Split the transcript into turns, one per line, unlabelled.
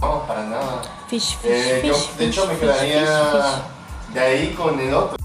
No, para nada.
Fish, fish,
Eh, yo,
fish.
de hecho,
fish,
me
fish,
quedaría
fish, fish.
de ahí con el otro.